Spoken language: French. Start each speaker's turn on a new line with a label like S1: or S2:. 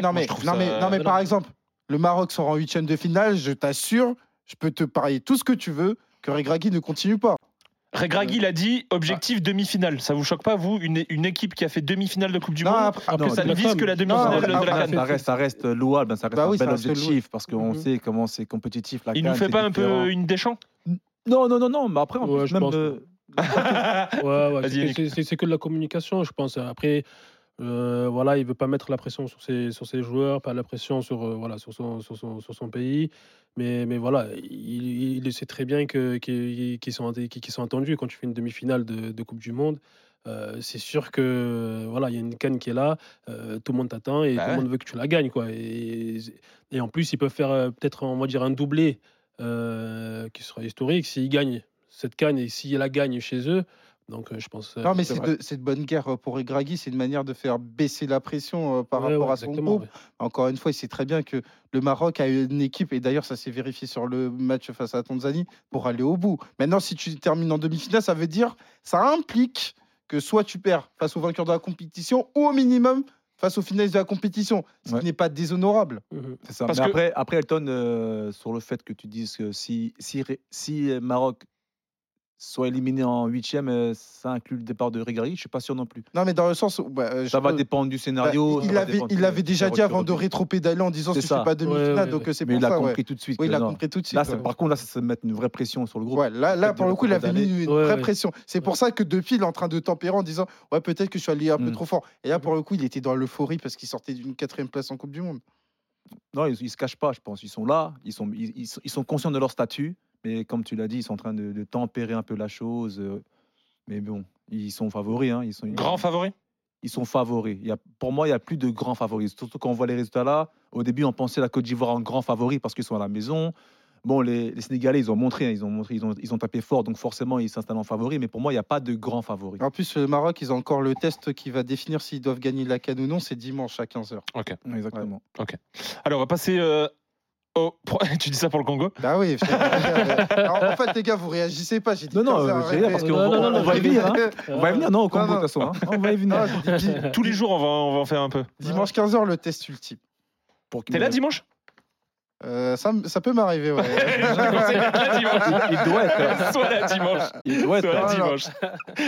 S1: Non, mais,
S2: Moi, je trouve
S1: non,
S2: ça-
S1: mais, non, mais
S2: non.
S1: par exemple, le Maroc sera en huitième de finale, je t'assure, je peux te parier tout ce que tu veux que Regragui ne continue pas.
S2: Regragui l'a dit, objectif demi-finale. Ça vous choque pas, vous, une, une équipe qui a fait demi-finale de Coupe du
S1: Non,
S2: Monde
S1: après-
S2: que
S3: non,
S2: ça ne
S3: la
S2: vise
S3: femme.
S2: que la
S1: Non,
S2: demi-finale
S1: après-
S2: de la
S1: après-
S2: Cannes
S3: ça reste, ça reste louable, ça reste
S1: Bah
S3: un
S1: oui,
S3: bel
S1: ça reste
S3: objectif parce qu'on
S1: Mhm.
S3: sait comment c'est compétitif. La
S2: Il nous
S3: CAN,
S2: fait
S3: c'est
S2: pas un
S3: différent.
S2: peu une Deschamps
S3: Non, non, non, non, mais après, on
S4: Ouais,
S3: peut
S4: je
S3: même. euh,
S4: pense.
S3: de-
S4: ah, Ouais, ouais,
S2: Vas-y,
S4: c'est-
S2: Yannick.
S4: c'est- c'est c'est que de la communication, je pense. Après, euh, voilà, il veut pas mettre la pression sur ses, sur ses joueurs, pas la pression sur, euh, voilà, sur, son, sur, son, sur son pays. Mais, mais voilà, il, il sait très bien que- qu'ils qu'ils sont, qu'ils qu'ils sont attendus quand tu fais une demi-finale de, de Coupe du Monde. Euh, c'est sûr que voilà, il y a une canne qui est là, euh, tout le monde t'attend et
S2: Bah
S4: tout le
S2: ouais.
S4: monde veut que tu la gagnes quoi. Et, et en plus, ils peuvent faire euh, peut-être on va dire un doublé euh, qui sera historique s'ils gagnent cette canne et s'ils la gagnent chez eux. Donc euh, je pense. euh,
S1: Non, mais
S3: c'est
S1: c'est
S3: vrai.
S1: de, c'est de bonne guerre euh, pour Regragui, c'est une manière de faire baisser la pression euh, par
S4: ouais,
S1: rapport
S4: ouais,
S1: à son
S4: exactement,
S1: groupe.
S4: ouais.
S1: Encore une fois, il sait très bien que le Maroc a une équipe, et d'ailleurs, ça s'est vérifié sur le match face à la Tanzanie, pour aller au bout. Maintenant, si tu termines en demi-finale, ça veut dire, ça implique que soit tu perds face au vainqueur de la compétition, ou au minimum face au finaliste de la compétition, ce
S3: Ouais.
S1: qui n'est pas déshonorable.
S4: Mhm.
S3: C'est ça.
S2: Parce
S3: mais
S2: que-
S3: après, après, Elton, euh, sur le fait que tu dises que si, si, Ré- si euh, Maroc soit éliminé en huitième, euh, ça inclut le départ de Regragui, je suis pas sûr non plus.
S1: Non, mais dans le sens où. bah, euh, je
S3: Ça va
S1: peux-
S3: dépendre du
S1: bah,
S3: scénario. ça
S1: il
S3: va
S1: avait,
S3: dépendre
S1: il
S3: de-
S1: l'avait déjà
S3: de-
S1: dit avant de
S3: retour.
S1: rétro-pédaler en disant
S3: C'est
S1: si tu
S3: ça.
S1: fais pas demi-finale,
S4: Ouais, ouais,
S1: donc
S4: ouais.
S1: euh, c'est
S3: Mais
S1: pour
S3: il a
S1: ça. ouais.
S3: compris tout de suite.
S1: Oui, il
S3: que
S1: a
S3: non.
S1: compris tout de suite.
S3: Là, c'est-
S1: ouais.
S3: par contre, là, ça, ça met une vraie pression sur le groupe.
S1: Ouais, là, là,
S3: fait,
S1: pour
S3: de
S1: le coup, il avait mis
S3: reprendre
S1: une
S4: Ouais,
S1: vraie
S4: ouais.
S1: pression. C'est pour ça que depuis, il est en train de tempérer en disant Ouais, peut-être que je suis allé un peu
S3: Mm.
S1: trop fort. Et là, pour le coup, il était dans l'euphorie parce qu'il sortait d'une quatrième place en Coupe du Monde.
S3: Non, ils, ils se cachent pas, je pense. Ils sont là, ils sont, ils, ils sont- ils sont conscients de leur statut, mais comme tu l'as dit, ils sont en train de, de tempérer un peu la chose. euh, Mais bon, ils sont favoris. hein, Ils sont,
S2: Grand favori
S3: ils sont favoris. Il y a, pour moi, il n'y a plus de grands favoris. Surtout quand on voit les résultats là. Au début, on pensait la Côte d'Ivoire en grand favori parce qu'ils sont à la maison. Bon, les, les Sénégalais, ils ont montré, hein, ils ont montré, ils ont, ils ont tapé fort, donc forcément, ils s'installent en favori. Mais pour moi, il n'y a pas de grand favori.
S1: En plus, le Maroc, ils ont encore le test qui va définir s'ils doivent gagner la canne ou non. C'est dimanche à 15h.
S3: Ah, Exactement.
S2: Alors, on va passer euh, au. Tu dis ça pour le Congo
S1: Bah oui. c'est- Alors, en fait, les gars, vous réagissez pas. J'ai dit
S3: Non, non,
S1: 15 heures,
S3: euh, c'est là,
S1: arrêtez.
S3: parce qu'on
S4: Non, non,
S3: on-
S4: non,
S3: on va y venir. hein. On
S1: Bah,
S3: va y venir, non, au Congo,
S1: non.
S3: de toute façon. hein. On va y
S1: Ah,
S3: venir.
S1: j'ai dit,
S2: Tous les jours, on va, on va en faire un peu.
S1: Dimanche 15h, le test ultime.
S3: Pour qu'il-
S2: T'es là dimanche
S1: Euh, ça, m- ça peut m'arriver, ouais.
S2: Je pensais que t'étais là dimanche.
S3: Il doit être là.
S2: Sois là dimanche.
S3: Il doit être
S2: Sois
S3: là.
S2: là
S1: Ah, non.
S2: dimanche.